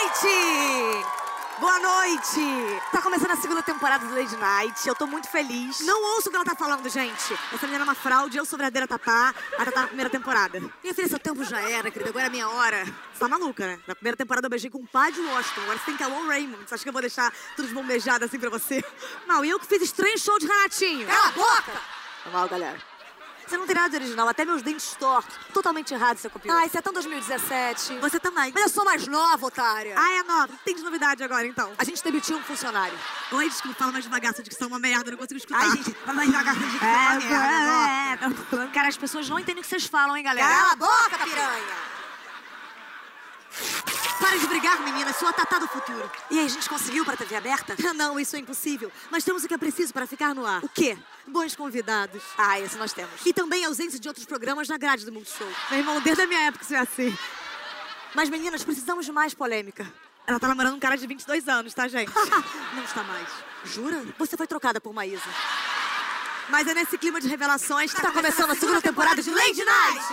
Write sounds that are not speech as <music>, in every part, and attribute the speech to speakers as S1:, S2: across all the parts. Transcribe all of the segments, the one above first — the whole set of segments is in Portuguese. S1: gente! Boa noite! Tá começando a segunda temporada do Lady Night. Eu tô muito feliz. Não ouço o que ela tá falando, gente. Essa menina é uma fraude, eu sou a verdadeira Tatá. A Tatá na primeira temporada. Minha filha, seu tempo já era, querida. Agora é minha hora. Você tá maluca, né? Na primeira temporada eu beijei com o Padre Washington. Agora você tem que Calon Raymond. Você acha que eu vou deixar tudo de mão beijada assim pra você? Não, e eu que fiz estranho show de Renatinho. Cala a boca! Tá mal, galera. Você não tem nada de original, até meus dentes tortos. Totalmente errado, você copiou.
S2: Ai, você é tão 2017.
S1: Você também.
S2: Mas eu sou mais nova, otária.
S1: Ah, é nova. Tem de novidade agora, então.
S2: A gente demitiu um funcionário.
S1: Oi, desculpa, fala mais devagar, sua dicção é uma merda, eu não consigo escutar.
S2: Ai, gente, fala mais devagar, sua dicção é uma merda,
S1: É, é, é, Cara, as pessoas não entendem o que vocês falam, hein, galera?
S2: Cala a boca, piranha!
S1: Para de brigar, menina, sou a Tatá do futuro.
S2: E aí, a gente conseguiu pra TV aberta?
S1: Ah, <laughs> Não, isso é impossível. Mas temos o que é preciso para ficar no ar.
S2: O quê?
S1: Bons convidados.
S2: Ah, esse nós temos.
S1: E também a ausência de outros programas na grade do Multishow. Meu irmão, desde a minha época isso é assim. Mas, meninas, precisamos de mais polêmica. Ela tá namorando um cara de 22 anos, tá, gente? <laughs> Não está mais.
S2: Jura?
S1: Você foi trocada por Maísa. Mas é nesse clima de revelações que
S2: Tá começando a segunda temporada de Lady Night!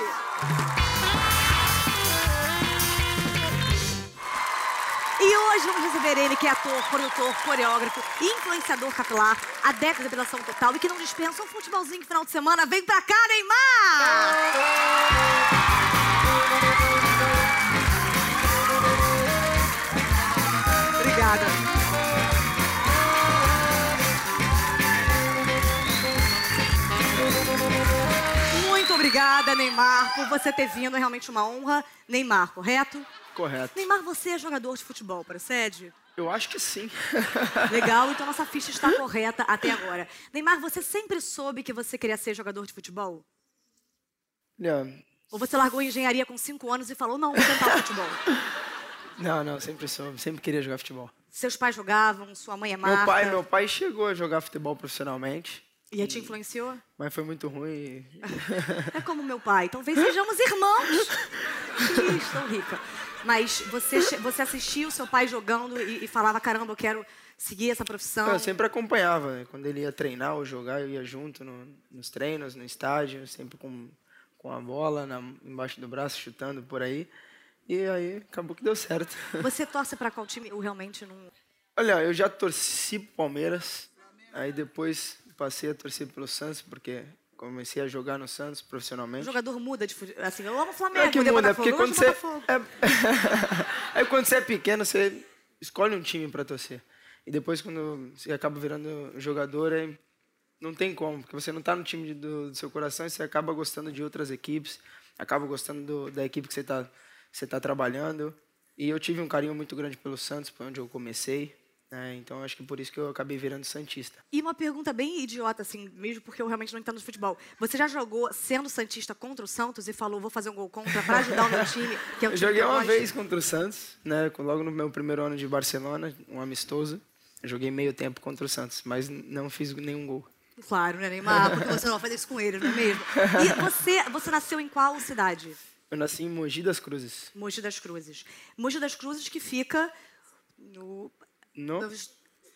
S1: E hoje vamos receber ele, que é ator, produtor, coreógrafo e influenciador capilar, adepto da depilação total e que não dispensa um futebolzinho de final de semana. Vem pra cá, Neymar! Obrigada. Muito obrigada, Neymar, por você ter vindo. É realmente uma honra. Neymar, correto?
S3: Correto.
S1: Neymar, você é jogador de futebol, procede?
S3: Eu acho que sim.
S1: Legal, então nossa ficha está correta até agora. Neymar, você sempre soube que você queria ser jogador de futebol?
S3: <laughs> não,
S1: Ou você largou a engenharia com cinco anos e falou, não, vou tentar futebol?
S3: não, não, sempre soube, sempre queria jogar futebol.
S1: Seus pais jogavam, sua mãe é Marta.
S3: Meu pai, meu pai chegou a jogar futebol profissionalmente,
S1: E aí te influenciou?
S3: mas foi muito ruim. e-
S1: É como meu pai, talvez sejamos irmãos. Ih, Estou rica. Mas você, che- você assistia o seu pai jogando e, e falava, caramba, eu quero seguir essa profissão.
S3: <laughs> Eu sempre acompanhava, né? quando ele ia treinar ou jogar, eu ia junto no- nos treinos, no estádio, sempre com, com a bola na- embaixo do braço, chutando por aí. E aí acabou que deu certo. <laughs>
S1: Você torce pra qual time? Eu realmente não...
S3: Olha, eu já torci pro Palmeiras, aí depois passei a torcer pelo Santos, porque comecei a jogar no Santos
S1: O
S3: profissionalmente.
S1: Um jogador muda de futebol. Assim, eu amo o
S3: Não
S1: Flamengo,
S3: é que
S1: odeio
S3: muda, é
S1: Botafogo,
S3: porque
S1: eu amo
S3: quando você.
S1: Botafogo.
S3: É... <laughs> é quando você é pequeno, você escolhe um time pra torcer. E depois, quando você acaba virando jogador, é... não tem como, porque você não tá no time de- do, do seu coração e você acaba gostando de outras equipes, acaba gostando do- da equipe que você tá, que você tá trabalhando. E eu tive um carinho muito grande pelo Santos, por onde eu comecei. né? Então, acho que por isso que eu acabei virando Santista.
S1: E uma pergunta bem idiota, assim, mesmo porque eu realmente não entendo de futebol. Você já jogou sendo Santista contra o Santos e falou, vou fazer um gol contra pra ajudar o meu time? Que é um time
S3: Eu
S1: que
S3: joguei uma
S1: gosto?
S3: vez contra o Santos, né? com- Logo no meu primeiro ano de Barcelona, um amistoso. Eu joguei meio tempo contra o Santos, mas n- não fiz nenhum gol.
S1: Claro, né, Neymar? Porque você não vai fazer isso com ele, não é mesmo? E você, você nasceu em qual cidade?
S3: Eu nasci em Mogi das Cruzes.
S1: Mogi das Cruzes. Mogi das Cruzes que fica no...
S3: No... <laughs>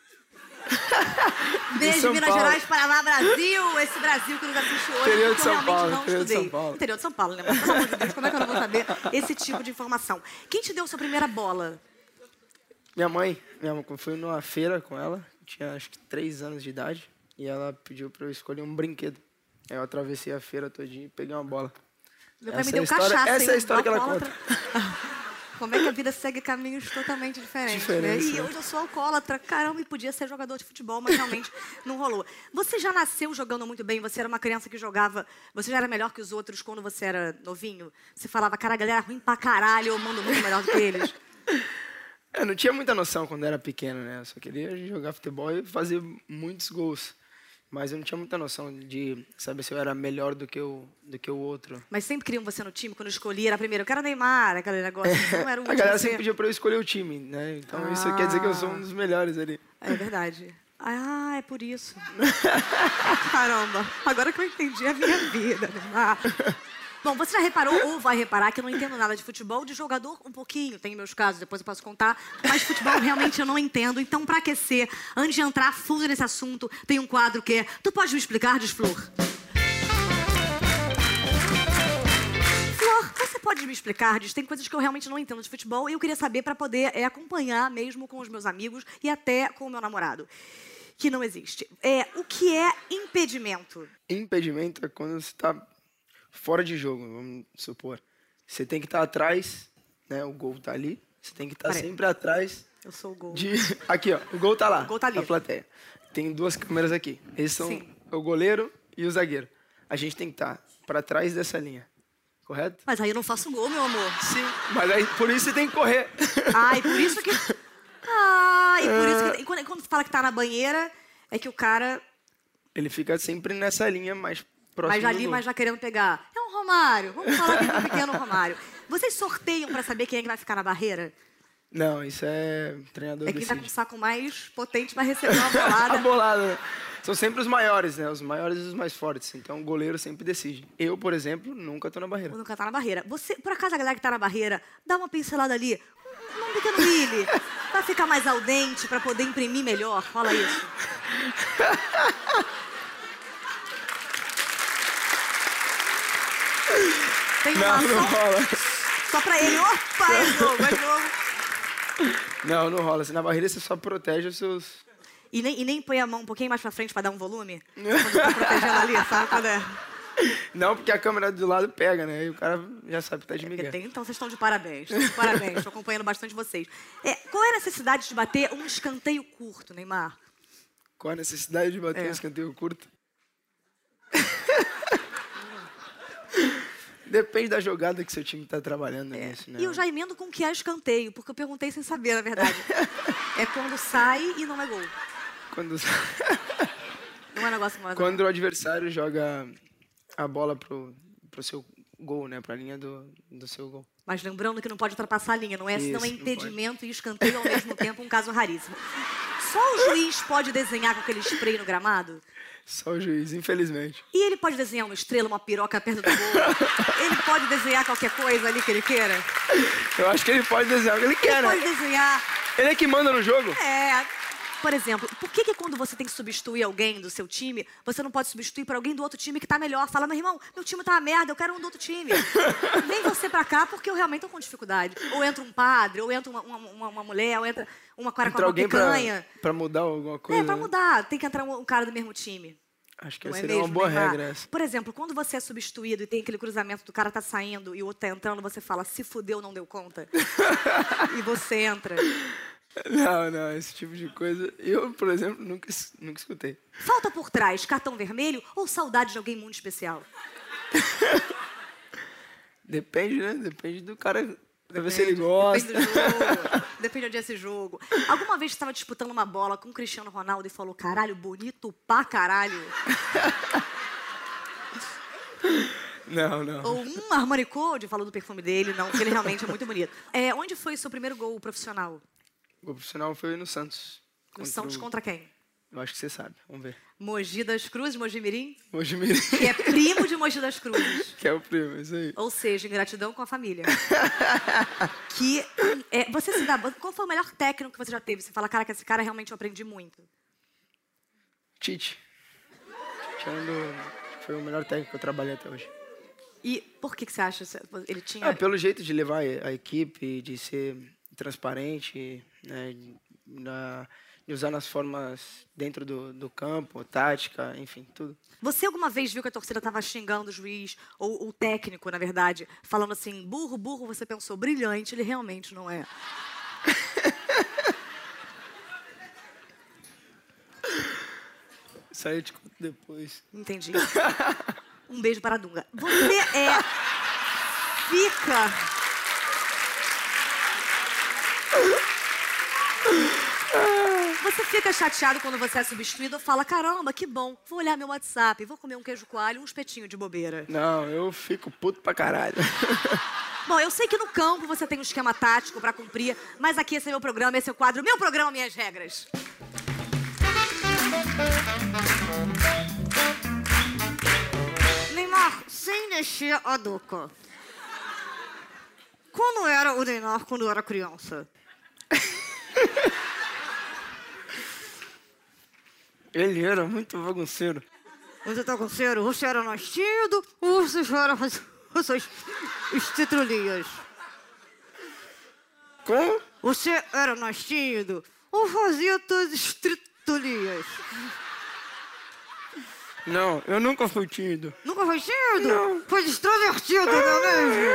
S1: Desde
S3: São
S1: Minas
S3: Paulo.
S1: Gerais, Paraná, Brasil, esse Brasil que nos assiste hoje,
S3: Interior de
S1: porque eu
S3: São
S1: realmente
S3: Paulo,
S1: não
S3: interior de
S1: estudei.
S3: São Paulo.
S1: Interior de São Paulo, né? Mas, pelo amor de Deus, como é que eu não vou saber esse tipo de informação? Quem te deu sua primeira bola?
S3: Minha mãe, minha mãe, eu fui numa feira com ela, eu tinha acho que três anos de idade, e ela pediu para eu escolher um brinquedo. Aí eu atravessei a feira todinha e peguei uma bola.
S1: Meu pai
S3: Essa
S1: me deu
S3: é a história-
S1: cachaça.
S3: essa é a
S1: hein?
S3: história que ela
S1: Alcoólatra. Como é que a vida segue caminhos totalmente diferentes, né?
S3: Diferentes,
S1: E
S3: né?
S1: hoje eu sou alcoólatra, caramba, e podia ser jogador de futebol, mas
S3: <laughs>
S1: realmente não rolou. Você já nasceu jogando muito bem? Você era uma criança que jogava... Você já era melhor que os outros quando você era novinho? Você falava, cara, a galera é ruim pra caralho, eu mando muito melhor do que
S3: <laughs>
S1: eles.
S3: Eu não tinha muita noção quando era pequeno, né? Eu só queria jogar futebol e fazer muitos gols. Mas eu não tinha muita noção de saber se eu era melhor do que o, do que o outro.
S1: Mas sempre queriam você no time, quando eu escolhi, era primeiro, eu quero Neymar, a galera gosta, não era um o
S3: É, a
S1: último.
S3: galera
S1: ser.
S3: sempre pedia pra eu escolher o time, né? Então isso quer dizer que eu sou
S1: Ah.
S3: um dos melhores ali.
S1: É verdade. Ah, é por isso. <laughs> Caramba, agora que eu entendi a minha vida. Ah. Neymar. Bom, você já reparou ou vai reparar que eu não entendo nada de futebol, de jogador um pouquinho, tem meus casos, depois eu posso contar, mas futebol realmente eu não entendo. Então, pra aquecer, antes de entrar fundo nesse assunto, tem um quadro que é Tu pode me explicar, diz Flor? Flor, você pode pode me explicar, diz, tem coisas que eu realmente não entendo de futebol e eu queria saber para poder é, acompanhar mesmo com os meus amigos e até com o meu namorado, que não existe. É, o que é impedimento?
S3: Impedimento é quando você tá fora de jogo, vamos supor. Você tem que estar atrás, né? O gol tá ali. Você tem que estar
S1: Peraí.
S3: sempre atrás
S1: Eu sou o gol.
S3: de. <laughs> Aqui, ó. O gol tá lá.
S1: O gol tá ali.
S3: Na plateia. Tem duas câmeras aqui. Esses são
S1: Sim.
S3: o goleiro e o zagueiro. A gente tem que estar para trás dessa linha. Correto?
S1: Mas aí eu não faço gol, meu amor.
S3: Sim. Mas aí, por isso você tem que correr. <laughs>
S1: Ai, por isso que. Ai, por isso
S3: É.
S1: que. E quando, quando fala que tá na banheira, é que o cara
S3: Ele fica sempre nessa linha mais próxima.
S1: Mas já ali,
S3: do... gol.
S1: mas já querendo pegar. É um Romário. Vamos falar aqui do pequeno Romário. Vocês sorteiam pra saber quem é que vai ficar na barreira?
S3: Não, isso é treinador
S1: É quem tá com o
S3: decide.
S1: saco mais potente vai receber
S3: <laughs>
S1: uma
S3: A
S1: bolada.
S3: bolada. né? São sempre os maiores, né? Os maiores e os mais fortes. Então o goleiro sempre decide. Eu, por exemplo, nunca tô na barreira.
S1: Ou nunca tá na barreira. Você, por acaso, a galera que tá na barreira, dá uma pincelada ali. Um, um pequeno milho. Pra ficar mais al dente, pra poder imprimir melhor. Fala isso. Tem uma
S3: Não, não
S1: ação
S3: rola.
S1: só pra ele. Opa, é novo, é novo.
S3: Não, não rola. Assim, na barreira você só protege os seus.
S1: E nem, e nem põe a mão um pouquinho mais pra frente pra dar um volume? Quando tá protegendo ali, sabe? Quando é?
S3: Não, porque a câmera do lado pega, né? E o cara já sabe que tá de
S1: Porque
S3: Miguel.
S1: tem- então vocês estão de parabéns. Estão de parabéns, estou acompanhando bastante vocês. É, qual é a necessidade de bater um escanteio curto, Neymar?
S3: Qual a necessidade de bater
S1: É.
S3: um escanteio
S1: <laughs>
S3: curto? Depende da jogada que seu time tá trabalhando nisso, né?
S1: É. E eu já emendo com o que é escanteio, porque eu perguntei sem saber, na
S3: <laughs>
S1: verdade. é quando sai e não é gol.
S3: Quando,
S1: Não é negócio que não é gol.
S3: quando o adversário joga a bola pro, pro seu gol, né? Pra linha do, do seu gol.
S1: Mas lembrando que não pode ultrapassar a linha, não é? Senão é
S3: Isso, não pode.
S1: impedimento e escanteio ao mesmo tempo, um caso raríssimo. Só o juiz pode desenhar com aquele spray no gramado?
S3: Só o juiz, infelizmente.
S1: E ele pode desenhar uma estrela, uma piroca perto do gol. ele pode desenhar qualquer coisa ali que ele queira.
S3: Eu acho que ele pode desenhar o que ele quer,
S1: Ele pode
S3: né?
S1: desenhar.
S3: Ele é que manda no jogo.
S1: É. Por exemplo, por que, que quando você tem que substituir alguém do seu time, você não pode substituir por alguém do outro time que tá melhor? Fala, meu irmão, meu time tá uma merda, eu quero um do outro time. Vem você pra cá porque eu realmente tô com dificuldade. Ou entra um padre, ou entra uma, uma, uma- uma mulher, ou entra uma cara com
S3: Entra
S1: uma
S3: alguém pra,
S1: picanha.
S3: pra mudar alguma coisa.
S1: É, pra
S3: né?
S1: mudar, tem que entrar um, um cara do mesmo time.
S3: Acho que
S1: Não é
S3: seria
S1: mesmo,
S3: uma boa
S1: Neymar?
S3: regra essa.
S1: Por exemplo, quando você é substituído e tem aquele cruzamento do cara tá saindo e o outro tá entrando, você fala, se fudeu, não deu
S3: <laughs>
S1: conta. e você entra.
S3: Não, não, esse tipo de coisa. Eu, por exemplo, nunca, es- nunca escutei.
S1: Falta por trás, cartão vermelho ou saudade de alguém muito especial?
S3: Depende, né? Depende do cara. Deve ver se ele
S1: Depende-
S3: gosta.
S1: Depende do jogo. Depende onde é esse jogo. Alguma vez você estava disputando uma bola com o Cristiano Ronaldo e falou, caralho, bonito pra caralho.
S3: <laughs> Não, não.
S1: Ou um harmonicode falou do perfume dele, não, porque ele realmente é muito bonito. É, onde foi o seu primeiro gol profissional?
S3: O profissional foi no Santos.
S1: No Santos
S3: o-
S1: contra quem?
S3: Eu acho que você sabe. Vamos ver.
S1: Mogi das Cruzes, Mogi Mirim?
S3: Hoje me. <laughs>
S1: que é primo de Mogi das Cruzes.
S3: que é o primo, isso aí.
S1: Ou seja, ingratidão com a família. que é, você se dá. Qual foi o melhor técnico que você já teve? Você fala, cara, que esse cara realmente eu aprendi muito.
S3: Tite. Tite era um do- foi o melhor técnico que eu trabalhei até hoje.
S1: E por que, que você acha? isso? Ele tinha.
S3: Ah, pelo jeito de levar a equipe, de ser transparente, né, de- na- de usar nas formas dentro do, do campo, tática, enfim, tudo.
S1: Você alguma vez viu que a torcida tava xingando o juiz, ou o técnico, na verdade, falando assim, burro, burro, você pensou, brilhante, ele realmente não é.
S3: Isso aí eu te conto depois.
S1: Entendi. <laughs> Um beijo para a Dunga. Você é. Fica. Você fica chateado quando você é substituído ou fala: caramba, que bom, vou olhar meu WhatsApp, vou comer um queijo coalho, um espetinho de bobeira.
S3: Não, eu fico puto pra caralho. <laughs>
S1: Bom, eu sei que no campo você tem um esquema tático pra cumprir, mas aqui esse é meu programa, esse é o quadro Meu Programa, Minhas Regras.
S2: Neymar, sem mexer a boca. Como era o Neymar quando era criança?
S3: Ele era muito bagunceiro.
S2: <laughs> Você tá com cero? Você era nascido? Você já era... Vocês... os titulinhos.
S3: Com?
S2: Você era nascido ou fazia todas as titulinhas?
S3: Não, eu nunca fui tímido.
S2: Nunca foi tímido? Foi extrovertido, não é mesmo?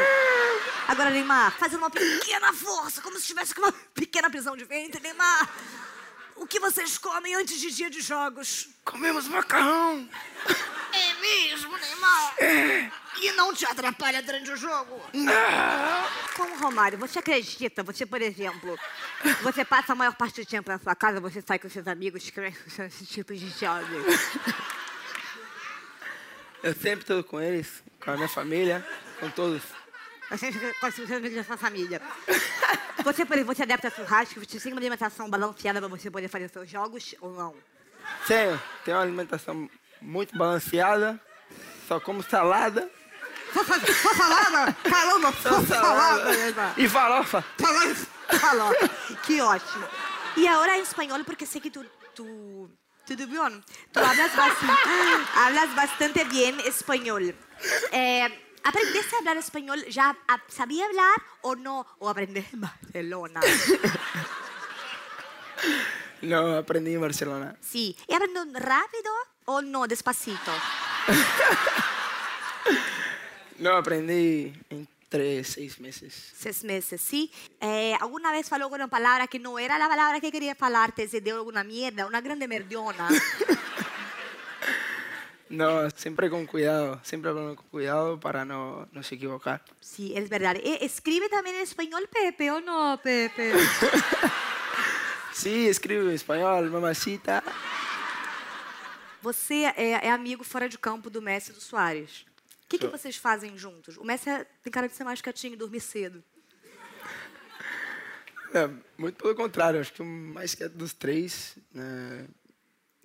S1: Agora, Neymar, fazendo uma pequena força, como se estivesse com uma <laughs> pequena prisão de ventre. Neymar, o que vocês comem antes de dia de jogos?
S3: Comemos macarrão.
S2: É mesmo, Neymar? E não te atrapalha durante o jogo?
S1: Como Então, Romário, você acredita? Você, por exemplo, você passa a maior parte do tempo na sua casa, você sai com seus amigos, cresce com esse tipo de jovem.
S3: Eu sempre tô com eles, com a minha família, com todos.
S1: Você fica com seus amigos da sua família. Você, por exemplo, você é adepto a churrasco, você tem uma alimentação balanceada um pra você poder fazer seus jogos ou não?
S3: Tenho, tenho uma alimentação muito balanceada, só como salada,
S2: Só fa- só falava? Caramba, só falava, Neymar.
S3: e farofa.
S2: Falava isso.
S1: Aló, <laughs> que ótimo. Y ahora en español, porque sé que tú, tú, tú, tú, bueno, tú hablas, bas- <gasps> hablas bastante bien español. Eh, ¿Aprendiste a hablar español? ¿Ya a- sabía hablar o no? ¿O aprendiste en <laughs> Barcelona?
S3: Não, aprendi em Barcelona.
S1: Sí. ¿Y hablando rápido o no? Despacito.
S3: Não, aprendi em três, seis meses.
S1: Seis meses, ¿sí? Eh, ¿Alguna vez faló con una palabra que no era la palabra que quería falarte? ¿Se dio alguna mierda? ¿Una grande
S2: <laughs>
S1: merdiona?
S3: Não, sempre com cuidado, sempre falando com cuidado para não, não se equivocar.
S1: Sí, es verdad. Eh, ¿Escribe también en español, Pepe, o no, Pepe?
S3: Sim, escrevo em espanhol, mamacita.
S1: Você é, é amigo fora de campo do Messi e do Soares. O que, que
S3: Sou.
S1: vocês fazem juntos? O Messi é- tem cara de ser mais quietinho, dormir cedo.
S3: É, muito pelo contrário, acho que o mais quieto dos três né,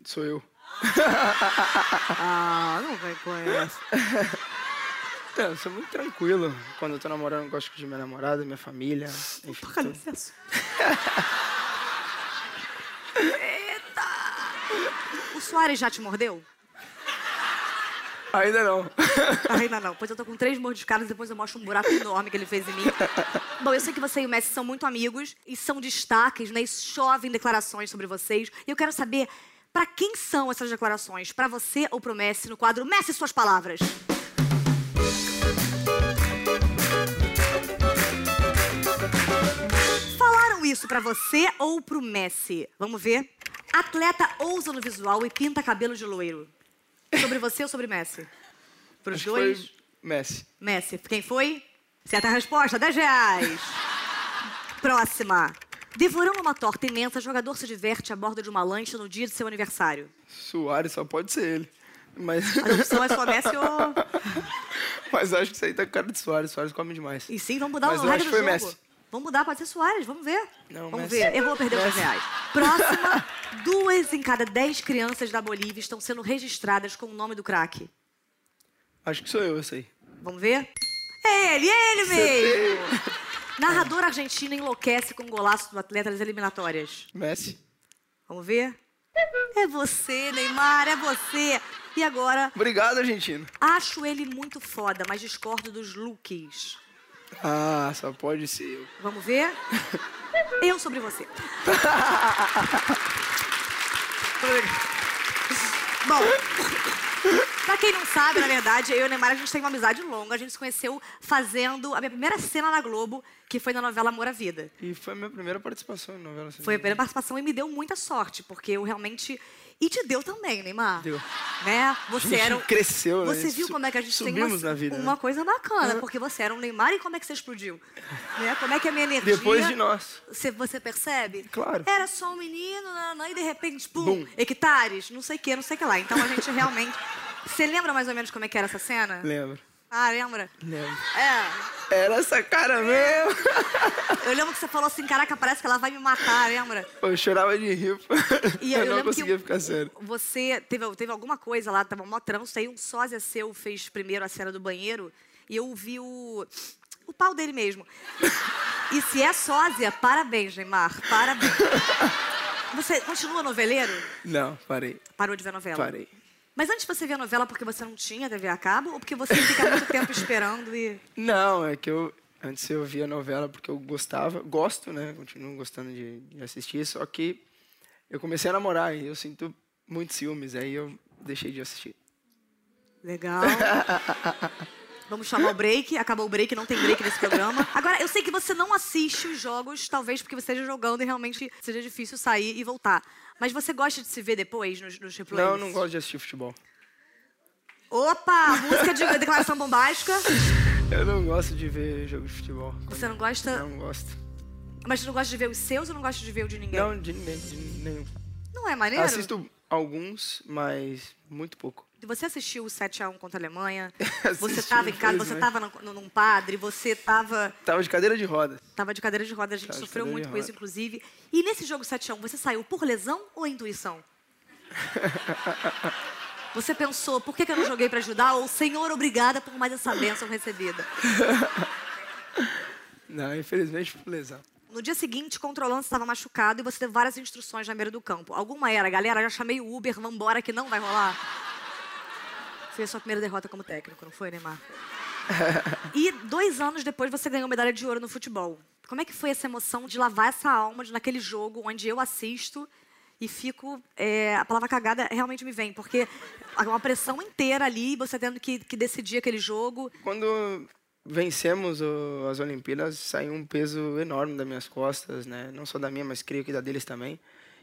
S3: sou eu.
S2: Ah, não vai com essa.
S3: É, eu sou muito tranquilo. Quando eu tô namorando, eu gosto de minha namorada, minha família. Enfim,
S1: Porra,
S3: tudo.
S1: licença. Eita! O Soares já te mordeu?
S3: Ainda não.
S1: <laughs> Ainda não, pois eu tô com três mordiscadas, depois eu mostro um buraco enorme que ele fez em mim. Bom, eu sei que você e o Messi são muito amigos e são destaques, né? E chovem declarações sobre vocês. E eu quero saber pra quem são essas declarações? Pra você ou pro Messi no quadro Messi Suas Palavras? Falaram isso pra você ou pro Messi? Vamos ver. Atleta ousa no visual e pinta cabelo de loiro. Sobre você ou sobre Messi? Pros
S3: Acho que
S1: dois?
S3: foi Messi.
S1: Messi, quem foi? Certa resposta, 10
S3: <laughs>
S1: reais. Próxima. Devorando uma torta imensa, jogador se diverte a bordo de uma lancha no dia de seu aniversário.
S3: Soares só pode ser ele.
S1: <laughs>
S3: Mas,
S1: A opção é só Messi ou...
S3: <laughs> mas acho que isso aí tá com cara de Soares. Soares come demais.
S1: E sim, vamos mudar
S3: Mas
S1: o
S3: eu
S1: regra
S3: acho
S1: do
S3: que foi
S1: jogo.
S3: Messi.
S1: Vamos mudar, pode ser Soares, vamos ver.
S3: Não,
S1: vamos
S3: Messi.
S1: ver, eu vou perder os 10
S3: Messi.
S1: reais.
S3: <laughs>
S1: Próxima. Duas em cada dez crianças da Bolívia estão sendo registradas com o nome do craque.
S3: Acho que sou eu, eu sei.
S1: Vamos ver? É ele, é ele mesmo! Narrador argentino enlouquece com o golaço do atleta nas eliminatórias.
S3: Messi.
S1: Vamos ver? É você, Neymar, é você. E agora,
S3: Obrigado, Argentina.
S1: acho ele muito foda, mas discordo dos looks.
S3: Ah, só pode ser eu.
S1: Vamos ver? Eu sobre você. Bom, pra quem não sabe, na verdade, eu e o Neymar, a gente tem uma amizade longa. A gente se conheceu fazendo a minha primeira cena na Globo, que foi na novela Amor à Vida.
S3: E foi a minha primeira participação em novela. se não
S1: Foi a
S3: me engano.
S1: primeira participação e me deu muita sorte, porque eu realmente... E te deu também, Neymar.
S3: Deu.
S1: Né? Você
S3: A gente
S1: era... um-
S3: cresceu, né?
S1: Você viu
S3: Su-
S1: como é que a gente tem uma,
S3: subimos na vida,
S1: uma
S3: né?
S1: coisa bacana, porque você era um Neymar e como é que você explodiu? Né? Como é que a minha energia...
S3: Depois de nós.
S1: Você, você percebe?
S3: Claro.
S1: Era só um menino, nananã, e de repente, pum,
S3: Bum.
S1: hectares, não sei o que, não sei o que lá. Então a gente
S3: <laughs>
S1: realmente... Você lembra mais ou menos como é que era essa cena?
S3: Lembro.
S1: Ah, lembra?
S3: Lembro.
S1: É.
S3: Era essa cara mesmo. <laughs>
S1: Eu lembro que você falou assim, caraca, parece que ela vai me matar, lembra?
S3: Eu chorava de rir. <laughs>
S1: E eu
S3: eu, não
S1: lembro que
S3: conseguia
S1: o-
S3: ficar sério.
S1: Você teve, teve alguma coisa lá, tava mó trânsito, aí um sósia seu fez primeiro a cena do banheiro e eu vi o, o pau dele mesmo. E se é sósia, parabéns, Neymar, parabéns. Você continua noveleiro?
S3: Não, parei.
S1: Parou de ver novela?
S3: Parei.
S1: Mas antes você via novela porque você não tinha TV a cabo ou porque você fica muito tempo esperando e.
S3: Não, é que eu. Antes eu via novela porque eu gostava, gosto, né? Continuo gostando de, de assistir, só que eu comecei a namorar e eu sinto muitos ciúmes, aí eu deixei de assistir.
S1: Legal. Vamos chamar o break. Acabou o break, não tem break nesse programa. Agora, eu sei que você não assiste os jogos, talvez porque você esteja jogando e realmente seja difícil sair e voltar. Mas você gosta de se ver depois nos, nos replays?
S3: Não, não gosto de assistir futebol.
S1: Opa, música de declaração bombástica.
S3: Eu não gosto de ver jogo de futebol.
S1: Você não gosta.
S3: Não gosto.
S1: Mas você não gosta de ver os seus ou não gosta de ver o de ninguém?
S3: Não, de ninguém, de nenhum.
S1: Não é maneiro?
S3: Assisto alguns, mas muito pouco. <laughs>
S1: Você assistiu o 7x1 contra a Alemanha, você
S3: Assisti, é.
S1: tava em casa, você
S3: infelizmente.
S1: tava num- num padre, você tava.
S3: Tava de cadeira de rodas.
S1: Tava de cadeira de roda, a gente
S3: Tava de
S1: sofreu
S3: cadeira
S1: muito
S3: de
S1: com isso, inclusive. E nesse jogo 7x1, você saiu por lesão ou
S3: <laughs>
S1: intuição? Você pensou, por que, que eu não joguei pra ajudar? Ou, Senhor, obrigada por mais essa bênção recebida.
S3: Não, infelizmente, por lesão.
S1: No dia seguinte, controlando, você estava machucado e você deu várias instruções na beira do campo. Alguma era, galera, já chamei o Uber, vambora que não vai rolar. Foi a sua primeira derrota como técnico, não foi, Neymar? E dois anos depois você ganhou medalha de ouro no futebol. Como é que foi essa emoção de lavar essa alma de- naquele jogo onde eu assisto e fico. é, a palavra cagada realmente me vem, porque há uma pressão inteira ali, você tendo que, que decidir aquele jogo.
S3: Quando vencemos o- as Olimpíadas, saiu um peso enorme das minhas costas, né? Não só da minha, mas creio que da deles também.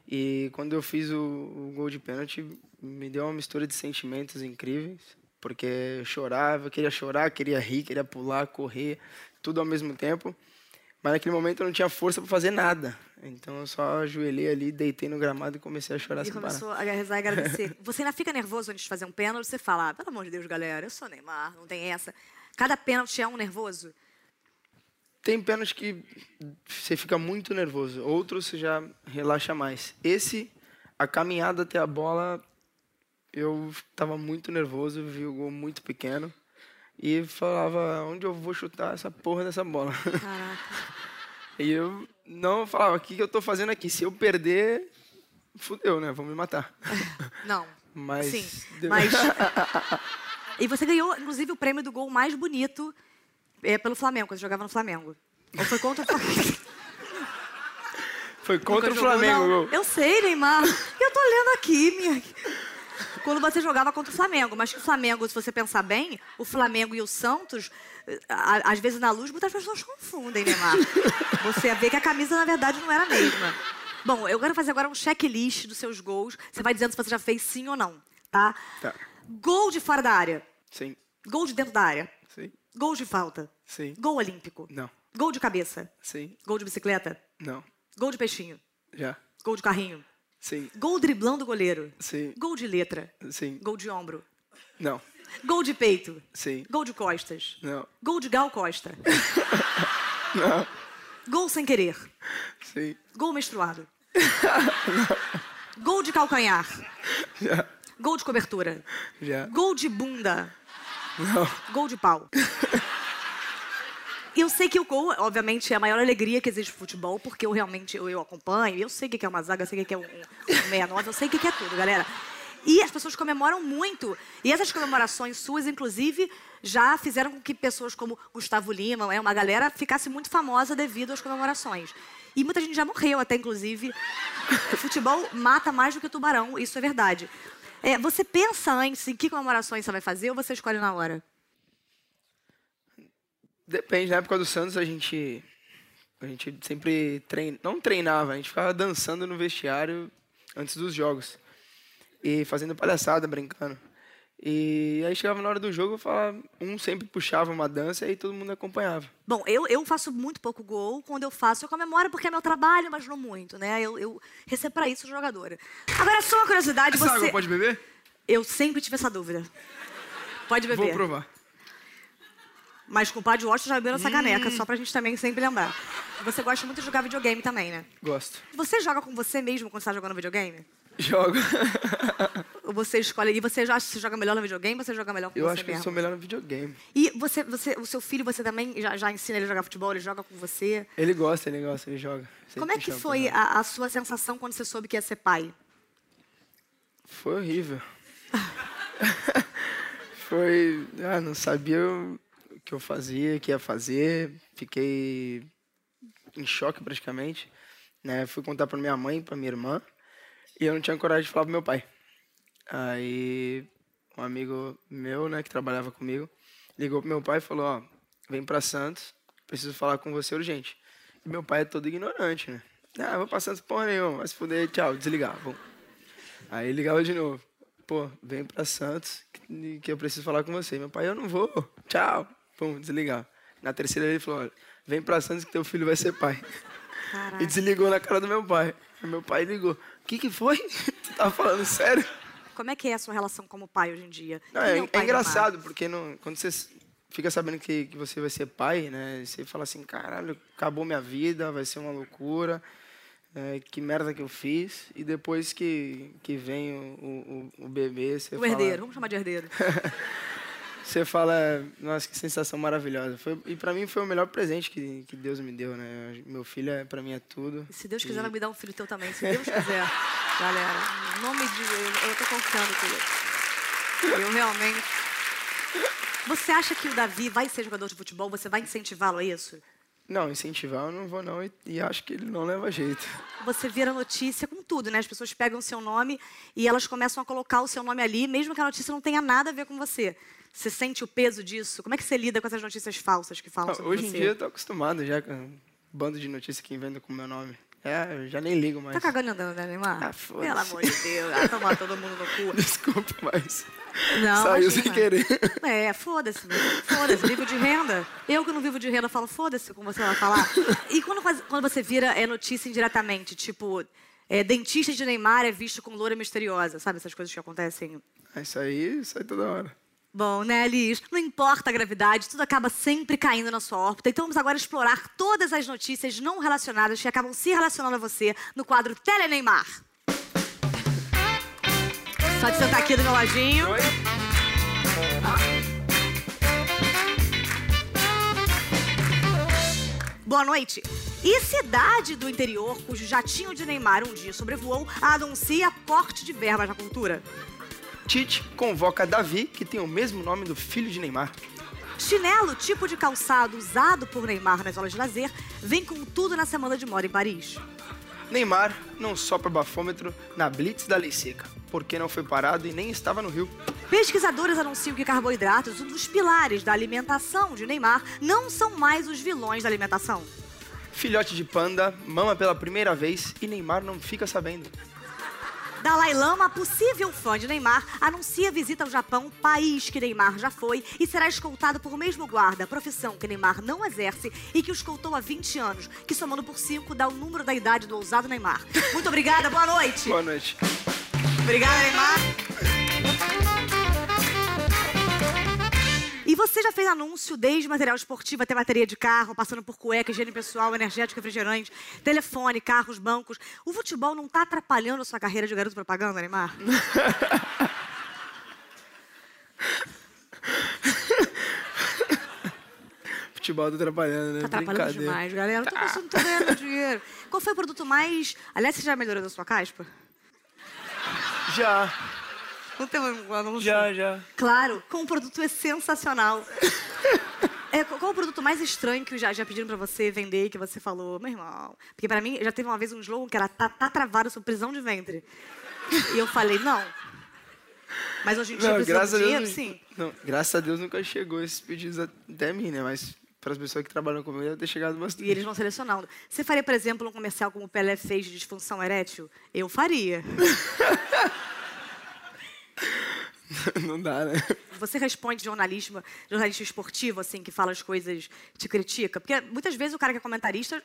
S3: E quando eu fiz o, o gol de pênalti, me deu uma mistura de sentimentos incríveis, porque eu chorava, eu queria chorar, queria rir, queria pular, correr, tudo ao mesmo tempo. Mas naquele momento eu não tinha força para fazer nada. Então eu só ajoelhei ali, deitei no gramado e comecei a chorar
S1: E
S3: sem parar.
S1: começou a rezar e
S3: <laughs>
S1: agradecer. Você ainda fica nervoso antes de fazer um pênalti? Você fala, ah, pelo amor de Deus, galera, eu sou Neymar, não tem essa. Cada pênalti é um nervoso?
S3: Tem pênalti que você fica muito nervoso, outros você já relaxa mais. Esse, a caminhada até a bola, eu tava muito nervoso, vi o gol muito pequeno e falava: onde eu vou chutar essa porra dessa bola?
S1: Caraca.
S3: <laughs> e eu não falava: o que, que eu tô fazendo aqui? Se eu perder, fudeu, né? Vão me matar.
S1: Não.
S3: Mas.
S1: Sim,
S3: deu- <laughs>
S1: mas- E você ganhou, inclusive, o prêmio do gol mais bonito é, pelo Flamengo, quando você jogava no Flamengo. Ou foi contra o Flamengo?
S3: Foi
S1: Nunca
S3: contra o
S1: jogou,
S3: Flamengo, o
S1: não.
S3: gol.
S1: Eu sei, Neymar. Eu tô lendo aqui, minha. Quando você jogava contra o Flamengo, mas que o Flamengo, se você pensar bem, o Flamengo e o Santos, eh, a- às vezes na luz, muitas pessoas confundem, Neymar. Você vê que a camisa, na verdade, não era a mesma. Bom, eu quero fazer agora um checklist dos seus gols. Você vai dizendo se você já fez sim ou não, tá?
S3: Tá.
S1: Gol de fora da área.
S3: Sim,
S1: Gol de dentro da área.
S3: sim,
S1: Gol de falta.
S3: sim.
S1: Gol olímpico.
S3: Não,
S1: Gol de cabeça.
S3: sim,
S1: Gol de bicicleta.
S3: não.
S1: Gol de peixinho.
S3: Já.
S1: Gol de carrinho.
S3: Sim,
S1: Gol driblando o goleiro.
S3: sim,
S1: Gol de letra.
S3: sim.
S1: Gol de ombro.
S3: Não,
S1: Gol de peito.
S3: sim,
S1: Gol de costas.
S3: não,
S1: Gol de Gal Costa.
S3: não,
S1: Gol sem querer.
S3: sim,
S1: Gol menstruado. Gol de calcanhar.
S3: já,
S1: Gol de cobertura.
S3: já,
S1: Gol de bunda.
S3: É. não,
S1: Gol de pau. Eu sei que o gol, obviamente, é a maior alegria que existe no futebol, porque eu realmente eu, eu acompanho, eu sei o que que é uma zaga, eu sei o que que é um, um um meia nova, eu sei o que que é tudo, galera. E as pessoas comemoram muito. E essas comemorações suas, inclusive, já fizeram com que pessoas como Gustavo Lima, é uma galera, ficasse muito famosa devido às comemorações. E muita gente já morreu, até inclusive. O futebol mata mais do que o tubarão, isso é verdade. É, você pensa antes em que comemorações você vai fazer ou você escolhe na hora?
S3: Depende, na época do Santos a gente a gente sempre trein... não treinava, a gente ficava dançando no vestiário antes dos jogos. E fazendo palhaçada, brincando. E aí chegava na hora do jogo, eu falava, um sempre puxava uma dança e aí todo mundo acompanhava.
S1: Bom, eu, eu faço muito pouco gol. Quando eu faço, eu comemoro porque é meu trabalho, mas não muito, né? Eu, eu recebo pra isso jogadora. Agora, só uma curiosidade,
S3: Essa
S1: você...
S3: água pode beber?
S1: Eu sempre tive essa dúvida. Pode beber.
S3: Vou provar.
S1: Mas com o Padre Washington já bebeu nessa caneca, só pra gente também sempre lembrar. Você gosta muito de jogar videogame também, né?
S3: Gosto.
S1: Você joga com você mesmo quando você tá jogando videogame?
S3: Jogo.
S1: Ou você escolhe... E você já se joga melhor no videogame ou você joga melhor com
S3: eu
S1: você
S3: acho que
S1: mesmo?
S3: eu sou melhor no videogame.
S1: E você, você, o seu filho, você também já, já ensina ele a jogar futebol? Ele joga com você?
S3: Ele gosta, ele gosta, ele joga. Sempre
S1: Como é
S3: me
S1: que
S3: chama pra
S1: foi
S3: jogar.
S1: a, a sua sensação quando você soube que ia ser pai?
S3: Foi horrível. <laughs> Foi. Ah, não sabia o que eu fazia, o que ia fazer. Fiquei em choque praticamente. Né? Fui contar pra minha mãe, pra minha irmã. E eu não tinha coragem de falar pro meu pai. Aí um amigo meu, né, que trabalhava comigo, ligou pro meu pai e falou, ó, vem pra Santos, preciso falar com você urgente. E meu pai é todo ignorante, né? Ah, vou pra Santos porra nenhuma, vai se fuder, tchau, desligar, vou. Aí ligava de novo. Pô, vem pra Santos que, que eu preciso falar com você. Meu pai, eu não vou. Tchau. Pum, desligar. Na terceira ele falou, olha, vem pra Santos que teu filho vai ser pai. E desligou na cara do meu pai. Aí Meu pai ligou, o que que foi? <laughs> Tu tava falando sério?
S1: Como é que é a sua relação como pai hoje em dia?
S3: Não,
S1: Quem
S3: é,
S1: o
S3: é
S1: pai da
S3: engraçado, porque não- quando você s- fica sabendo que, que você vai ser pai, né? Você fala assim, caralho, acabou minha vida, vai ser uma loucura. é, que merda que eu fiz. E depois que, que vem o, o, o bebê, você
S1: Mar? O
S3: fala...
S1: herdeiro, vamos chamar de
S3: <laughs>
S1: herdeiro.
S3: Você fala, nossa, que sensação maravilhosa. Foi, e pra mim foi o melhor presente que, que Deus me deu, né? Meu filho, é, pra mim, é tudo.
S1: Se Deus quiser, vai me dar um filho teu também, se Deus quiser. Galera, em nome de eu, eu tô confiando com ele. Eu realmente. Você acha que o Davi vai ser jogador de futebol? Você vai incentivá-lo a isso?
S3: Não, incentivar eu não vou, não. E, e acho que ele não leva jeito.
S1: Você vira notícia com tudo, né? As pessoas pegam o seu nome e elas começam a colocar o seu nome ali, mesmo que a notícia não tenha nada a ver com você. Você sente o peso disso? Como é que você lida com essas notícias falsas que falam
S3: Ah,
S1: sobre
S3: Hoje
S1: você?
S3: em dia eu tô acostumado já com um bando de notícias que inventam com o meu nome. É, eu já nem ligo mais.
S1: Tá cagando e andando, né, Neymar?
S3: Ah, foda-se.
S1: Pelo amor de Deus, vai tomar todo mundo no cu.
S3: <laughs> <laughs> Desculpa, mas.
S1: Não,
S3: Saiu
S1: imagina.
S3: sem querer. <laughs>
S1: É, foda-se, meu. foda-se, vivo de renda. Eu que não vivo de renda falo, foda-se, como você vai falar. E quando, faz- quando você vira é notícia indiretamente, tipo, é, dentista de Neymar é visto com loura misteriosa, sabe? Essas coisas que acontecem.
S3: Ah, Isso aí sai toda hora.
S1: Bom, né, Liz? Não importa a gravidade, tudo acaba sempre caindo na sua órbita. Então vamos agora explorar todas as notícias não relacionadas que acabam se relacionando a você no quadro Tele Neymar. Só de sentar aqui do meu ladinho.
S3: Oi?
S1: Boa noite. E cidade do interior, cujo jatinho de Neymar um dia sobrevoou, anuncia corte de verbas na cultura.
S3: Tite convoca Davi, que tem o mesmo nome do filho de Neymar.
S1: Chinelo, tipo de calçado usado por Neymar nas aulas de lazer, vem com tudo na semana de moda em Paris.
S3: Neymar não sopra bafômetro na Blitz da Lei Seca, porque não foi parado e nem estava no Rio.
S1: Pesquisadores anunciam que carboidratos, um dos pilares da alimentação de Neymar, não são mais os vilões da alimentação.
S3: Filhote de panda mama pela primeira vez e Neymar não fica sabendo.
S1: Dalai Lama, possível fã de Neymar, anuncia visita ao Japão, país que Neymar já foi, e será escoltado por mesmo guarda, profissão que Neymar não exerce e que o escoltou há 20 anos, que somando por 5 dá o número da idade do ousado Neymar. Muito obrigada, boa noite.
S3: Boa noite.
S1: Obrigada, Neymar. E você já fez anúncio desde material esportivo até bateria de carro, passando por cueca, higiene pessoal, energético, refrigerante, telefone, carros, bancos. O futebol não tá atrapalhando a sua carreira de garoto propaganda, Neymar?
S3: Futebol tá atrapalhando, né?
S1: Tá atrapalhando
S3: Brincadeira.
S1: demais, galera. Eu tô pensando, tô ganhando dinheiro. Tá. Qual foi o produto mais. Aliás, você já melhorou da sua caspa?
S3: Já,
S1: Não tem um anúncio?
S3: já, já.
S1: Claro, com um produto é sensacional. É, qual qual o produto mais estranho que já, já pediram pra você vender e que você falou, meu irmão? Porque pra mim, já teve uma vez um slogan que era tá, tá travado sobre prisão de ventre. E eu falei, não. Mas hoje em dia,
S3: Não,
S1: precisando
S3: graças
S1: de
S3: a Deus.
S1: dinheiro,
S3: nu-
S1: sim.
S3: não, graças a Deus nunca chegou esses pedidos até mim, né? Mas para as pessoas que trabalham comigo deve ter chegado bastante.
S1: E eles vão selecionando. Você faria, por exemplo, um comercial como o Pelé fez de disfunção erétil? Eu faria.
S3: <laughs> Não dá, né?
S1: Você responde jornalismo, jornalista esportivo, assim, que fala as coisas, te critica? Porque muitas vezes o cara que é comentarista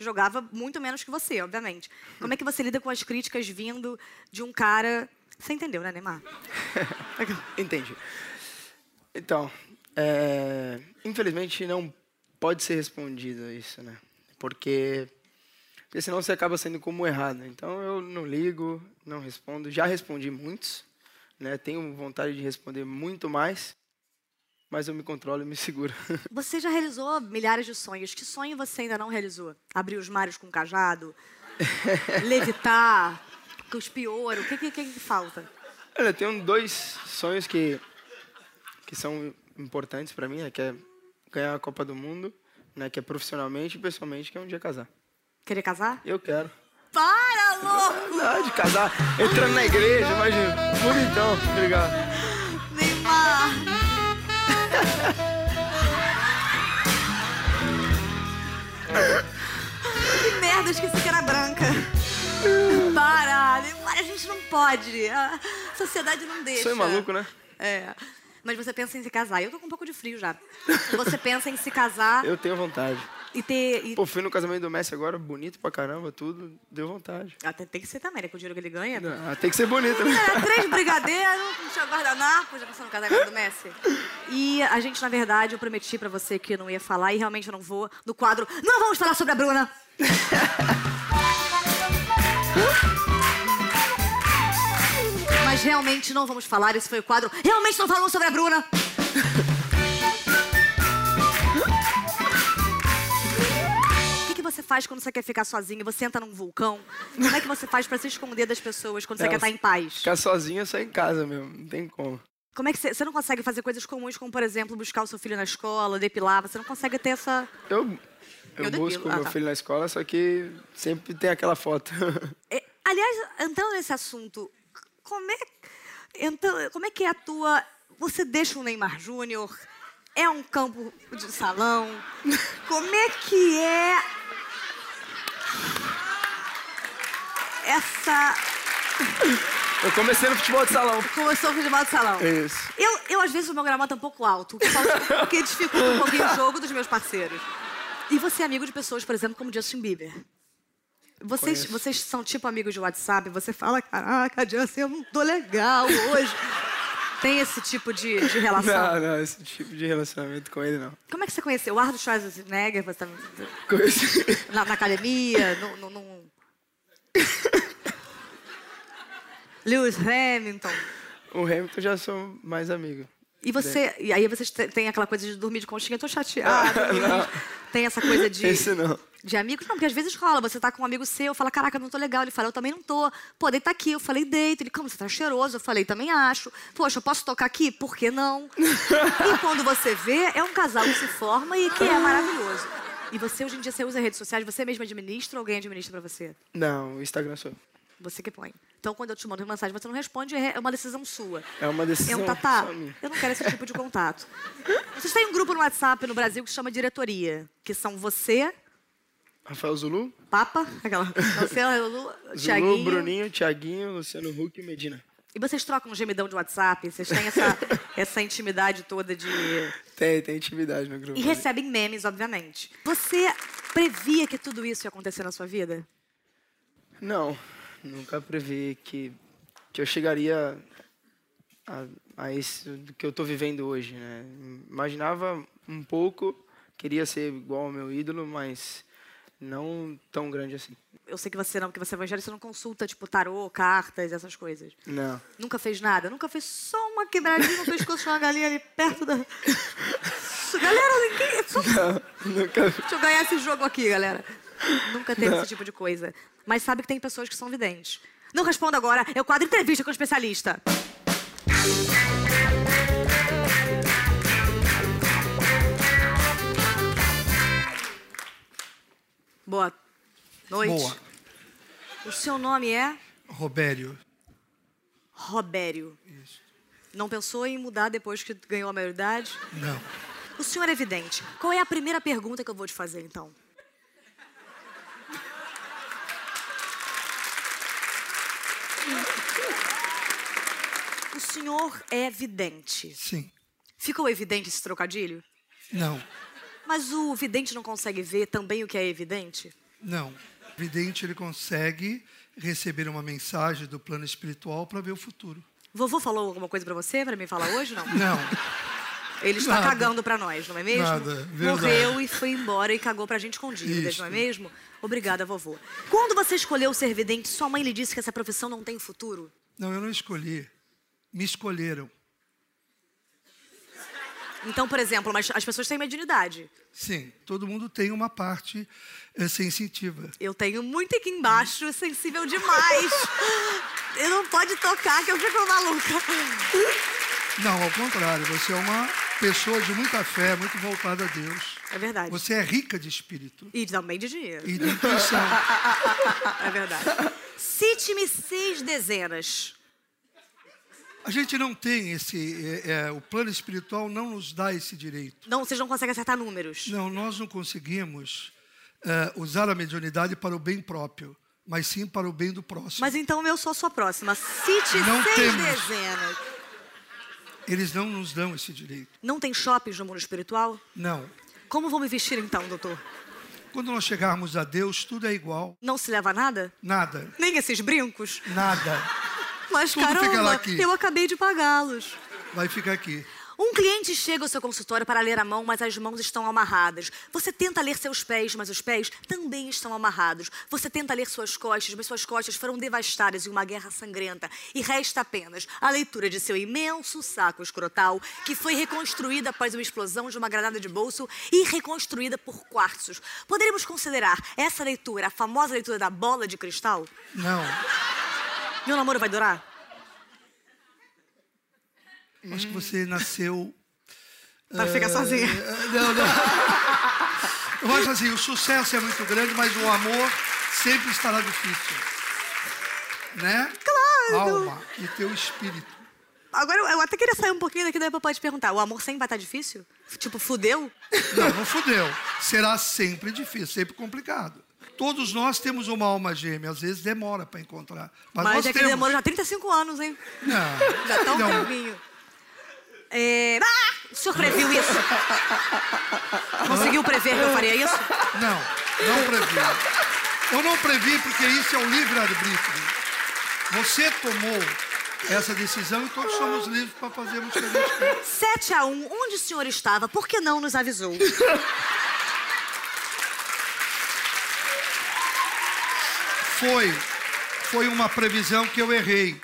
S1: jogava muito menos que você, obviamente. Como é que você lida com as críticas vindo de um cara. Você entendeu, né, Neymar?
S3: Entendi. Então, é, infelizmente não pode ser respondido isso, né? Porque, porque senão você acaba sendo como errado. Então eu não ligo, não respondo. Já respondi muitos, né? Tenho vontade de responder muito mais, mas eu me controlo e me seguro. <laughs>
S1: Você já realizou milhares de sonhos. Que sonho você ainda não realizou? Abrir os mares com um cajado? levitar? Cuspir ouro? O que, que, que que falta?
S3: Olha, eu tenho dois sonhos que, que são importantes pra mim, né? Que é ganhar a Copa do Mundo, né? Que é profissionalmente e pessoalmente, que é um dia casar.
S1: Querer casar?
S3: Eu quero.
S1: Para, louco!
S3: Ah, de casar, entrando na igreja, imagina. Bonitão, tá obrigado.
S1: Neymar! que merda, eu esqueci que era branca. Para, Neymar, a gente não pode. A sociedade não deixa.
S3: Sonho maluco, né?
S1: É. Mas você pensa em se casar. Eu tô com um pouco de frio já. Você pensa em se casar
S3: Eu tenho vontade.
S1: e ter. e-
S3: Pô, fui no casamento do Messi agora, bonito pra caramba, tudo, deu vontade.
S1: Ah, tem- tem que ser também, né? Com o dinheiro que ele ganha.
S3: Ah, tem que ser bonito, né?
S1: Era É, três brigadeiros, um tinha guardanapo, já passou no casamento do Messi. E a gente, na verdade, eu prometi pra você que eu não ia falar e realmente eu não vou no quadro. Não vamos falar sobre a Bruna! Mas realmente não vamos falar, esse foi o quadro. Realmente não falamos sobre a Bruna! O que, que você faz quando você quer ficar sozinha? Você entra num vulcão? Como é que você faz pra se esconder das pessoas quando você
S3: É,
S1: quer estar em paz?
S3: Ficar sozinho é só em casa mesmo, não tem como.
S1: Como é que você, você não consegue fazer coisas comuns, como, por exemplo, buscar o seu filho na escola, depilar? Você não consegue ter essa.
S3: Eu,
S1: Eu
S3: eu,
S1: depilo,
S3: busco
S1: ah,
S3: meu
S1: tá.
S3: filho na escola, só que sempre tem aquela foto. <laughs>
S1: É, aliás, entrando nesse assunto, como é, então, como é que é a tua. Você deixa o Neymar Júnior? É um campo de salão? Como é que é. Essa.
S3: eu comecei no futebol de salão.
S1: Começou o futebol de salão.
S3: É Isso.
S1: Eu, eu, às vezes, o meu gramado é um pouco alto, o que
S3: <laughs>
S1: fala- o que dificulta um pouquinho o jogo dos meus parceiros. E você é amigo de pessoas, por exemplo, como Justin Bieber. Vocês,
S3: Conheço.
S1: vocês são tipo amigos de WhatsApp, você fala, caraca, Justin, eu não tô legal hoje. Tem esse tipo de, de relação?
S3: Não, não, esse tipo de relacionamento com ele não.
S1: Como é que você conheceu? O Ardo Schwarzenegger, você tá
S3: <laughs> Conheci-
S1: na, na academia, no... no- no- Lewis Hamilton.
S3: O Hamilton já sou mais amigo.
S1: E você. E aí vocês te- têm aquela coisa de dormir de conchinha, eu tô chateada.
S3: Ah,
S1: meninas.
S3: não.
S1: Tem essa coisa de,
S3: Esse não.
S1: de amigos. Não, porque às vezes rola. Você tá com um amigo seu, fala, caraca, eu não tô legal. Ele fala, eu também não tô. Pô, deita aqui. Eu falei, deito. Ele, como, você tá cheiroso? Eu falei, também acho. Poxa, eu posso tocar aqui? Por que não? e
S3: <laughs>
S1: quando você vê, é um casal que se forma e que é maravilhoso. E você, hoje em dia, você usa redes sociais? Você mesma administra ou alguém administra pra você?
S3: Não, o Instagram sou eu.
S1: Você que põe. Então, quando eu te mando mensagem, você não responde, é é uma decisão sua.
S3: É uma
S1: É
S3: decisão
S1: um tatá.
S3: só minha.
S1: Eu não quero esse tipo de contato. Vocês têm um grupo no WhatsApp no Brasil que se chama Diretoria, que são você,
S3: Rafael Zulu,
S1: Papa, aquela, você, Lu,
S3: Zulu,
S1: Tiaguinho.
S3: Bruninho, Thiaguinho, Luciano Huck e Medina.
S1: E vocês trocam um gemidão de WhatsApp, vocês têm essa, <laughs> essa intimidade toda de...
S3: Tem, tem intimidade no grupo.
S1: E recebem memes, obviamente. Você previa que tudo isso ia acontecer na sua vida?
S3: Não, nunca previ que, que eu chegaria a, a isso do que eu estou vivendo hoje, né? Imaginava um pouco, queria ser igual ao meu ídolo, mas não tão grande assim.
S1: Eu sei que você não, porque você é evangélico, você não consulta, tipo, tarô, cartas, essas coisas.
S3: Não. <laughs>
S1: Nunca fez nada? Nunca fez só uma quebradinha no pescoço de uma galinha ali perto da... Galera, ninguém... Só
S3: Não, nunca vi.
S1: Deixa eu ganhar esse jogo aqui, galera. Nunca teve esse tipo de coisa. Mas sabe que tem pessoas que são videntes. Não responda agora, é o quadro Entrevista com o Especialista. Boa noite.
S4: Boa.
S1: O seu nome é
S4: Robério.
S1: Robério. Não pensou em mudar depois que ganhou a maioridade?
S4: Não.
S1: O senhor é vidente. Qual é a primeira pergunta que eu vou te fazer, então? O senhor é vidente.
S4: Sim.
S1: Ficou evidente esse trocadilho?
S4: Não.
S1: Mas o vidente não consegue ver também o que é evidente?
S4: Não. O vidente ele consegue receber uma mensagem do plano espiritual para ver o futuro.
S1: Vovô falou alguma coisa pra você, pra mim falar hoje, não?
S4: Não.
S1: Ele está
S4: Nada.
S1: cagando pra nós, não é mesmo?
S4: Nada, verdade.
S1: Morreu e foi embora e cagou pra gente com dívidas,
S4: Isso.
S1: não é mesmo? Obrigada, vovô. Quando você escolheu ser vidente, sua mãe lhe disse que essa profissão não tem futuro?
S4: Não, eu não escolhi. Me escolheram.
S1: Então, por exemplo, mas as pessoas têm mediunidade.
S4: Sim, todo mundo tem uma parte eh, sensitiva.
S1: Eu tenho muito aqui embaixo, sensível demais. Eu não pode tocar que eu fico maluca.
S4: Não, ao contrário, você é uma pessoa de muita fé, muito voltada a Deus.
S1: É verdade.
S4: Você é rica de espírito
S1: E também de dinheiro.
S4: e de intuição.
S1: É verdade. Cite-me seis dezenas.
S4: A gente não tem esse. eh, eh, o plano espiritual não nos dá esse direito.
S1: Não, vocês não conseguem acertar números.
S4: Não, nós não conseguimos eh, usar a mediunidade para o bem próprio, mas sim para o bem do próximo.
S1: Mas então eu sou a sua próxima. Cite
S4: Não
S1: seis
S4: temos.
S1: dezenas.
S4: Eles não nos dão esse direito.
S1: Não tem shoppings no mundo espiritual?
S4: Não.
S1: Como vou me vestir então, doutor?
S4: Quando nós chegarmos a Deus, tudo é igual.
S1: Não se leva nada?
S4: Nada.
S1: Nem esses brincos?
S4: Nada.
S1: Mas
S4: Tudo fica lá
S1: caramba,
S4: aqui.
S1: eu acabei de pagá-los.
S4: Vai ficar aqui.
S1: Um cliente chega ao seu consultório para ler a mão, mas as mãos estão amarradas. Você tenta ler seus pés, mas os pés também estão amarrados. Você tenta ler suas costas, mas suas costas foram devastadas em uma guerra sangrenta. E resta apenas a leitura de seu imenso saco escrotal, que foi reconstruída após uma explosão de uma granada de bolso e reconstruída por quartzos. Poderíamos considerar essa leitura a famosa leitura da bola de cristal?
S4: Não.
S1: Meu namoro vai durar?
S4: Acho que você nasceu.
S1: Vai ficar sozinha.
S4: Eh, Não, não. Eu acho assim: o sucesso é muito grande, mas o amor sempre estará difícil. Né?
S1: Claro.
S4: Alma e teu espírito.
S1: Agora, eu- eu até queria sair um pouquinho daqui, daí papai te perguntar. O amor sempre vai estar difícil? Tipo, fudeu?
S4: Não, não fudeu. Será sempre difícil, sempre complicado. Todos nós temos uma alma gêmea, às vezes demora para encontrar. Mas,
S1: Mas
S4: nós
S1: é que
S4: temos.
S1: demorou já 35 anos, hein?
S4: Não.
S1: Já tá um
S4: <laughs> não.
S1: tempinho. É... Ah! O senhor previu isso? Conseguiu prever que eu faria isso?
S4: Não, não previ. Eu não previ porque isso é o livre-arbítrio. Você tomou essa decisão e todos somos livres para fazermos o que a gente quer.
S1: 7 a 1, onde o senhor estava? Por que não nos
S4: <laughs>
S1: avisou?
S4: Foi, foi uma previsão que eu errei.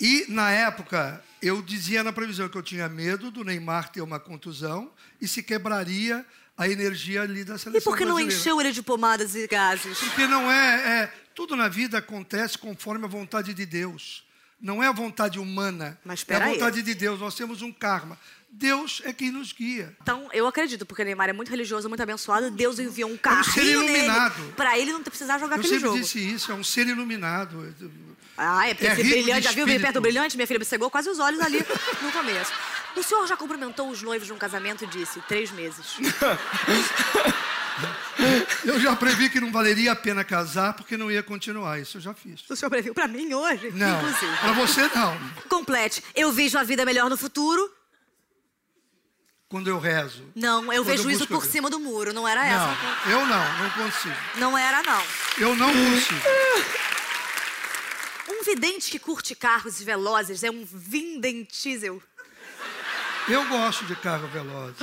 S4: E, na época, eu dizia na previsão que eu tinha medo do Neymar ter uma contusão e se quebraria a energia ali da seleção
S1: E por que não
S4: brasileira.
S1: encheu ele de pomadas e gases?
S4: Porque não é, é- Tudo na vida acontece conforme a vontade de Deus. Não é a vontade humana.
S1: Mas
S4: é a
S1: peraí.
S4: vontade de Deus. Nós temos um karma. Deus é quem nos guia.
S1: Então, eu acredito, porque Neymar é muito religioso, muito abençoado. Deus enviou um carrinho nele
S4: iluminado.
S1: pra ele não ter precisar jogar
S4: Eu
S1: aquele
S4: sempre
S1: Tá jogo.
S4: disse isso, é um ser iluminado.
S1: Ah, é porque
S4: É
S1: esse
S4: rico de
S1: brilhante, já viu bem
S4: espírito.
S1: perto do brilhante? Minha filha me cegou quase os olhos ali no começo. O senhor já cumprimentou os noivos de um casamento e disse, três meses.
S4: Eu já previ que não valeria a pena casar porque não ia continuar. Isso eu já fiz.
S1: O senhor previu pra mim hoje,
S4: Não,
S1: inclusive.
S4: para você não.
S1: Complete. Eu vejo a vida melhor no futuro.
S4: Quando eu rezo.
S1: Não, eu
S4: Quando
S1: vejo isso
S4: busco
S1: por
S4: Deus.
S1: cima do muro. Não era essa.
S4: Não, eu não, não consigo.
S1: Não era, não.
S4: Eu não consigo.
S1: Um vidente que curte carros velozes é um vindentizel.
S4: Eu gosto de carro veloz.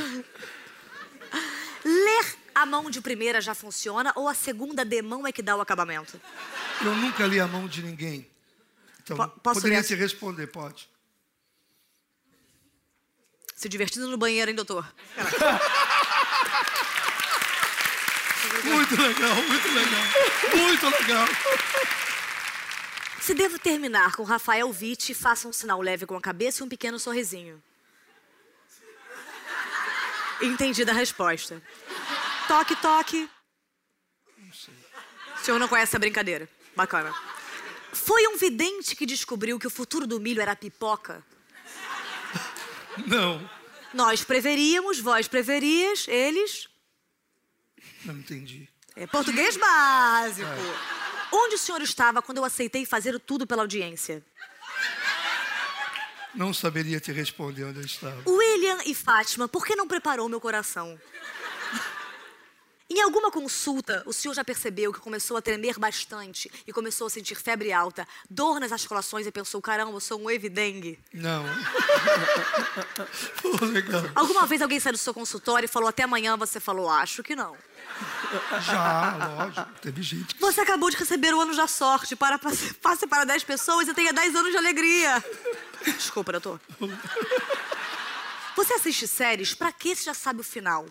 S1: Ler a mão de primeira já funciona ou a segunda de mão é que dá o acabamento?
S4: Eu nunca li a mão de ninguém. Então,
S1: Po- posso
S4: poderia
S1: ler?
S4: te responder, pode.
S1: Se divertindo no banheiro, hein, doutor?
S4: Muito legal, muito legal. Muito legal.
S1: Se devo terminar com Rafael Witt, faça um sinal leve com a cabeça e um pequeno sorrisinho. Entendida a resposta. Toque, toque. O senhor não conhece essa brincadeira. Bacana. Foi um vidente que descobriu que o futuro do milho era pipoca.
S4: Não.
S1: Nós preveríamos, vós preverias, eles.
S4: Não entendi.
S1: É português básico. Onde o senhor estava quando eu aceitei fazer o tudo pela audiência?
S4: Não saberia te responder onde eu estava.
S1: William e Fátima, por que não preparou meu coração? Em alguma consulta, o senhor já percebeu que começou a tremer bastante e começou a sentir febre alta, dor nas articulações e pensou: caramba, eu sou um evidengue.
S4: Não. <laughs> Pô, legal.
S1: Alguma vez alguém saiu do seu consultório e falou: até amanhã? Você falou: acho que não.
S4: Já, lógico. Teve gente.
S1: Você acabou de receber o ano da sorte. Para, passe, passe para 10 pessoas e tenha 10 anos de alegria. Desculpa, doutor. Você assiste séries pra que se já sabe o final?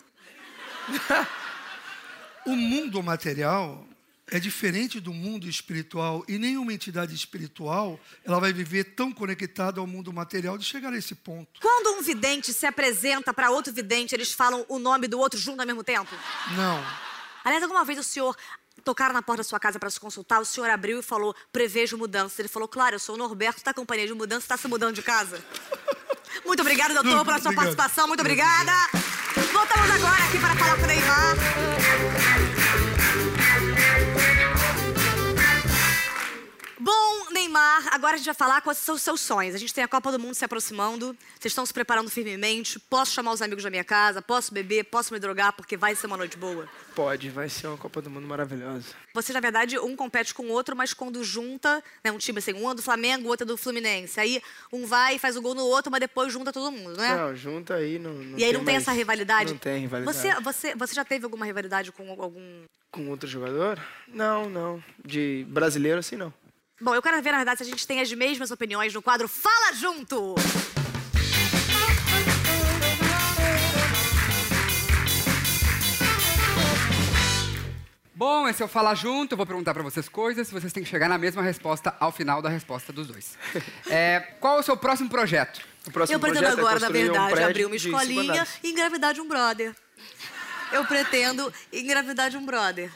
S4: O mundo material é diferente do mundo espiritual e nenhuma entidade espiritual ela vai viver tão conectada ao mundo material de chegar a esse ponto.
S1: Quando um vidente se apresenta pra outro vidente, eles falam o nome do outro junto ao mesmo tempo?
S4: Não.
S1: Aliás, alguma vez o senhor tocaram na porta da sua casa pra se consultar, o senhor abriu e falou: "Prevejo mudança". Ele falou: "Claro, eu sou o Norberto da companhia de mudança, tá se mudando de casa". Muito obrigada, doutor,
S4: Não,
S1: pela sua
S4: obrigado.
S1: participação. Muito obrigada. Voltamos agora aqui para falar com o Neymar. Bom, Neymar, agora a gente vai falar quais são os seus sonhos. A gente tem a Copa do Mundo se aproximando, vocês estão se preparando firmemente. Posso chamar os amigos da minha casa, posso beber, posso me drogar, porque vai ser uma noite boa.
S3: Pode, vai ser uma Copa do Mundo maravilhosa.
S1: Você, na verdade, um compete com o outro, mas quando junta, né, um time assim, um é do Flamengo, o outro é do Fluminense. Aí um vai e faz o gol no outro, mas depois junta todo mundo, né?
S3: Não, junta aí, não, não
S1: e aí não tem essa
S3: mais-
S1: rivalidade?
S3: Não tem rivalidade.
S1: Você, você, você já teve alguma rivalidade com algum.
S3: Com outro jogador? Não, não. De brasileiro, assim, não.
S1: Bom, eu quero ver, na verdade, se a gente tem as mesmas opiniões no quadro Fala Junto!
S5: Bom, esse é o Falar Junto. Eu vou perguntar pra vocês coisas. Vocês têm que chegar na mesma resposta ao final da resposta dos dois. É, qual é o seu próximo projeto?
S3: O próximo
S1: eu pretendo
S3: projeto é
S1: agora, na
S3: construir um
S1: verdade,
S3: prédio
S1: abrir uma
S3: de cinco
S1: escolinha
S3: andares.
S1: e engravidar de um brother. Eu pretendo engravidar de um brother.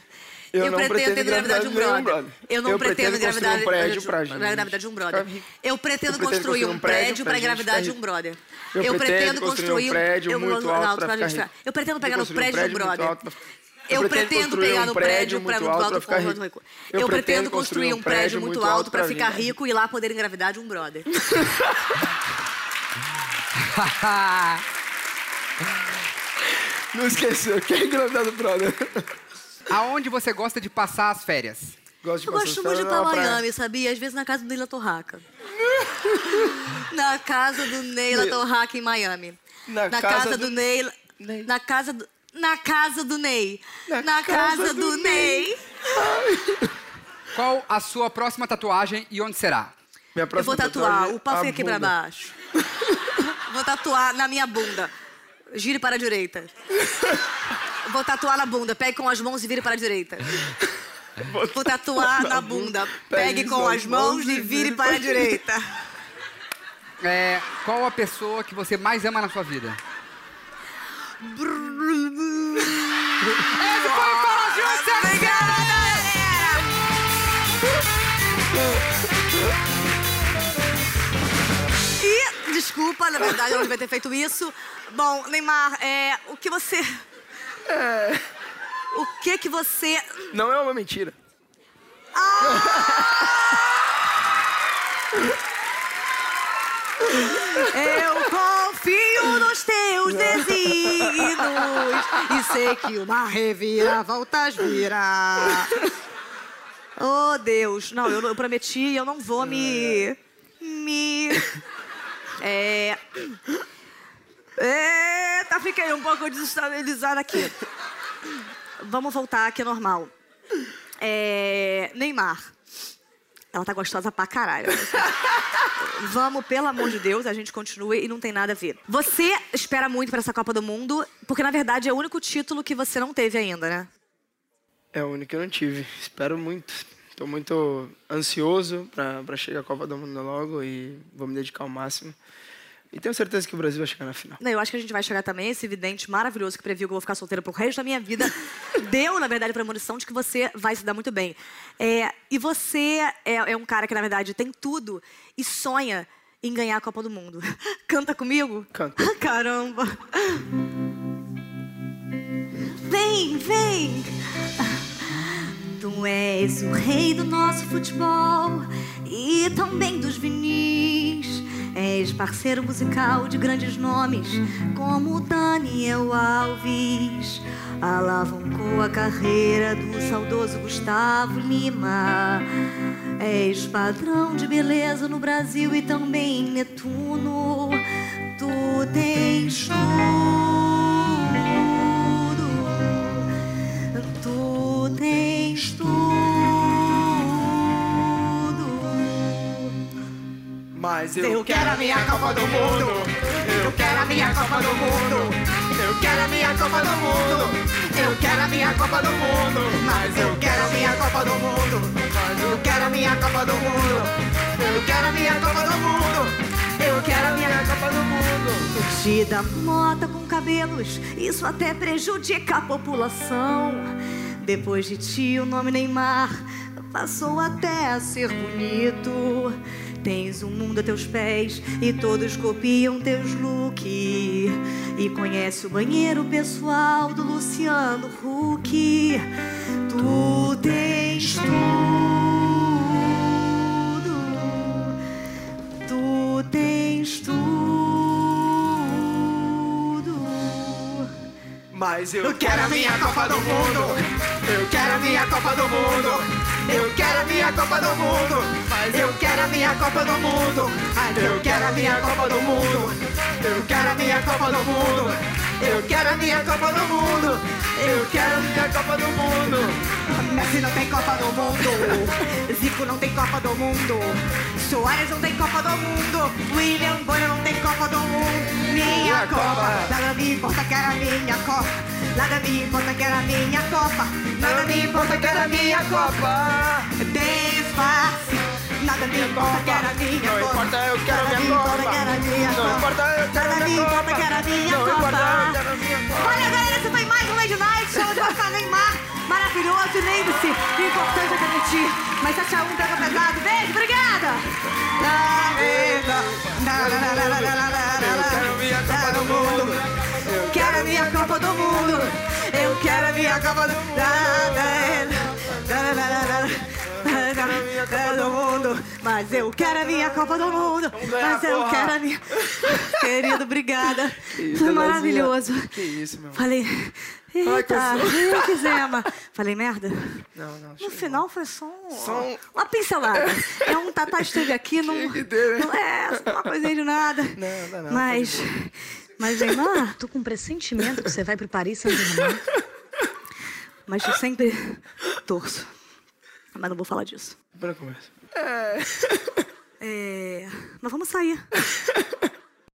S3: Eu não pretendo engravidar de nenhum brother.
S1: um Eu não
S3: Eu
S1: pretendo
S3: pretendo construir
S1: engravidar
S3: um prédio pra
S1: de,
S3: gente
S1: engravidar de um brother.
S3: ficar rico.
S1: Eu pretendo
S3: Eu pretendo
S1: construir um prédio
S3: pra
S1: para
S3: gente
S1: engravidar
S3: ficar
S1: de um
S3: rico.
S1: brother.
S3: Eu pretendo construir um prédio
S1: eu-
S3: muito
S1: não,
S3: alto pra
S1: gente
S3: ficar
S1: ficar-
S3: rico.
S1: Eu pretendo
S3: Eu
S1: pegar no
S3: construir um
S1: prédio de um
S3: prédio
S1: brother.
S3: muito alto pra-
S1: Eu pretendo
S3: construir
S1: pegar
S3: um
S1: no prédio
S3: prédio
S1: para
S3: muito
S1: muito
S3: alto
S1: alto
S3: pra ficar
S1: com-
S3: rico.
S1: Eu pretendo construir um prédio um muito alto para ficar
S3: rico.
S1: rico e lá poder engravidar de um brother.
S3: Não esqueceu, quer engravidar do
S1: <laughs>
S3: brother?
S5: Aonde você gosta de passar as férias?
S3: Gosto ah,
S1: Eu
S3: passar
S1: gosto
S3: os
S1: muito de
S3: caras
S1: ir
S3: na
S1: pra
S3: praia.
S1: Miami, sabia? Às vezes na casa do Neila <laughs> Torraca. na casa do Neila Torraca em Miami.
S3: Na casa do-
S1: do Neila.
S3: Ney.
S1: Na casa do. Na casa do Ney.
S3: Na
S1: casa,
S3: casa
S1: do,
S3: do
S1: Ney.
S5: Qual a sua próxima tatuagem e onde será?
S3: Minha
S1: Eu vou
S3: próxima
S1: tatuar.
S3: tatuagem
S1: O pau
S3: é
S1: fica aqui pra
S3: bunda.
S1: baixo. <laughs> vou tatuar na minha bunda. Gire para a <laughs> direita. vou tatuar na bunda. Pegue com as mãos e vire para a direita. Vou tatuar na bunda. Pegue com as mãos e vire para a direita.
S5: É, qual a pessoa que você mais ama na sua vida?
S1: Esse foi o Fala Justa! Obrigada, galera! E, desculpa, na verdade, eu não devia ter feito isso. Bom, Neymar, é, o que você... O que que você...
S3: Não é uma mentira.
S1: Eu confio nos teus desígnios e sei que uma reviravolta virá. Oh, Deus. Não, eu, eu prometi e eu não vou me... Me... É... Eita, fiquei um pouco desestabilizada aqui. Vamos voltar, que é normal. É... Neymar. Ela tá gostosa pra caralho. Vamos, pelo amor de Deus, a gente continua e não tem nada a ver. Você espera muito pra essa Copa do Mundo, porque na verdade é o único título que você não teve ainda, né?
S3: É o único que eu não tive. Espero muito. Estou muito ansioso para chegar à Copa do Mundo logo e vou me dedicar ao máximo. E tenho certeza que o Brasil vai chegar na final.
S1: Não, Eu acho que a gente vai chegar também. Esse vidente maravilhoso que previu que eu vou ficar solteira pro resto da minha vida deu, na verdade, a premonição de que você vai se dar muito bem. É, e você é, é um cara que, na verdade, tem tudo e sonha em ganhar a Copa do Mundo. <laughs> Canta comigo?
S3: Canto.
S1: Caramba! Vem, vem! Tu és o rei do nosso futebol e também dos vinis. És parceiro musical de grandes nomes como Daniel Alves. Alavancou a carreira do saudoso Gustavo Lima. És padrão de beleza no Brasil e também em Netuno. Tu tens tudo. Tu tens tudo.
S3: Mas eu, quero a minha Copa do Mundo. Eu quero a
S6: minha Copa do Mundo. Eu quero a minha Copa do Mundo. Eu quero a minha Copa do Mundo. Mas eu quero a minha Copa do Mundo. Mas eu quero a minha Copa do Mundo. Eu quero a minha Copa do Mundo. Eu quero a minha Copa do Mundo.
S1: Curtida moda com cabelos, isso até prejudica a população. Depois de ti, o nome Neymar passou até a ser bonito. Tens um mundo a teus pés e todos copiam teus look. E conhece o banheiro pessoal do Luciano Huck. Tu tens tudo. Tu tens tudo.
S6: Mas eu quero a minha Copa do Mundo. Eu quero a minha Copa do Mundo. Eu quero a minha Copa do Mundo. Mas eu quero a minha Copa do Mundo. Eu quero a minha Copa do Mundo. Eu quero a minha Copa do Mundo. Eu quero a minha Copa do Mundo. Eu quero a minha Copa do Mundo. Messi não tem Copa do Mundo. Zico não tem Copa do Mundo. Soares não tem Copa do Mundo. William Bonner não tem Copa do Mundo. Minha Copa. Nada me importa que era minha Copa. Nada me importa que era minha Copa. Nada me importa que era minha Copa. Disfarce. Nada me importa que era minha
S3: Não
S6: Copa.
S3: importa, eu quero
S6: Nada me
S3: minha
S6: importa
S3: Copa.
S6: que era minha
S3: Não
S6: Copa.
S3: importa, eu quero
S6: Nada me
S3: minha
S6: importa
S3: Copa.
S6: que era minha
S3: Não
S6: Copa.
S3: importa, eu quero minha Copa.
S1: Olha, galera, esse foi mais um Lady Night, show de passar Neymar. Maravilhoso, e lembre-se, o importante é permitir. Mas 7 a 1 pega pesado. Beijo, obrigada!
S6: Eu quero a minha Copa do Mundo. Eu quero a minha Copa do Mundo. Eu quero a minha Copa do Mundo. Eu quero a minha Copa do Mundo.
S1: Mas eu quero a minha Copa do Mundo.
S3: ganhar,
S1: Mas eu
S3: porra.
S1: quero a minha. Querido,
S6: <laughs>
S1: obrigada.
S3: isso,
S1: Foi
S3: Leozinha.
S1: maravilhoso.
S3: é- Que isso, meu amor.
S1: Falei. Eita, <laughs> que zema. Falei merda?
S3: Não, não.
S1: No final foi só, um-
S3: Só um-
S1: uma pincelada. É um tatá esteve aqui num.
S3: <laughs> Tinha que ter, né?
S1: Não é uma coisinha de nada.
S3: Não, não, tá não,
S1: Mas. Mas, Neymar, tô com um pressentimento que você vai pro Paris Saint-Germain. Mas eu sempre torço. Mas não vou falar disso.
S3: Para conversa.
S1: É... Mas vamos sair.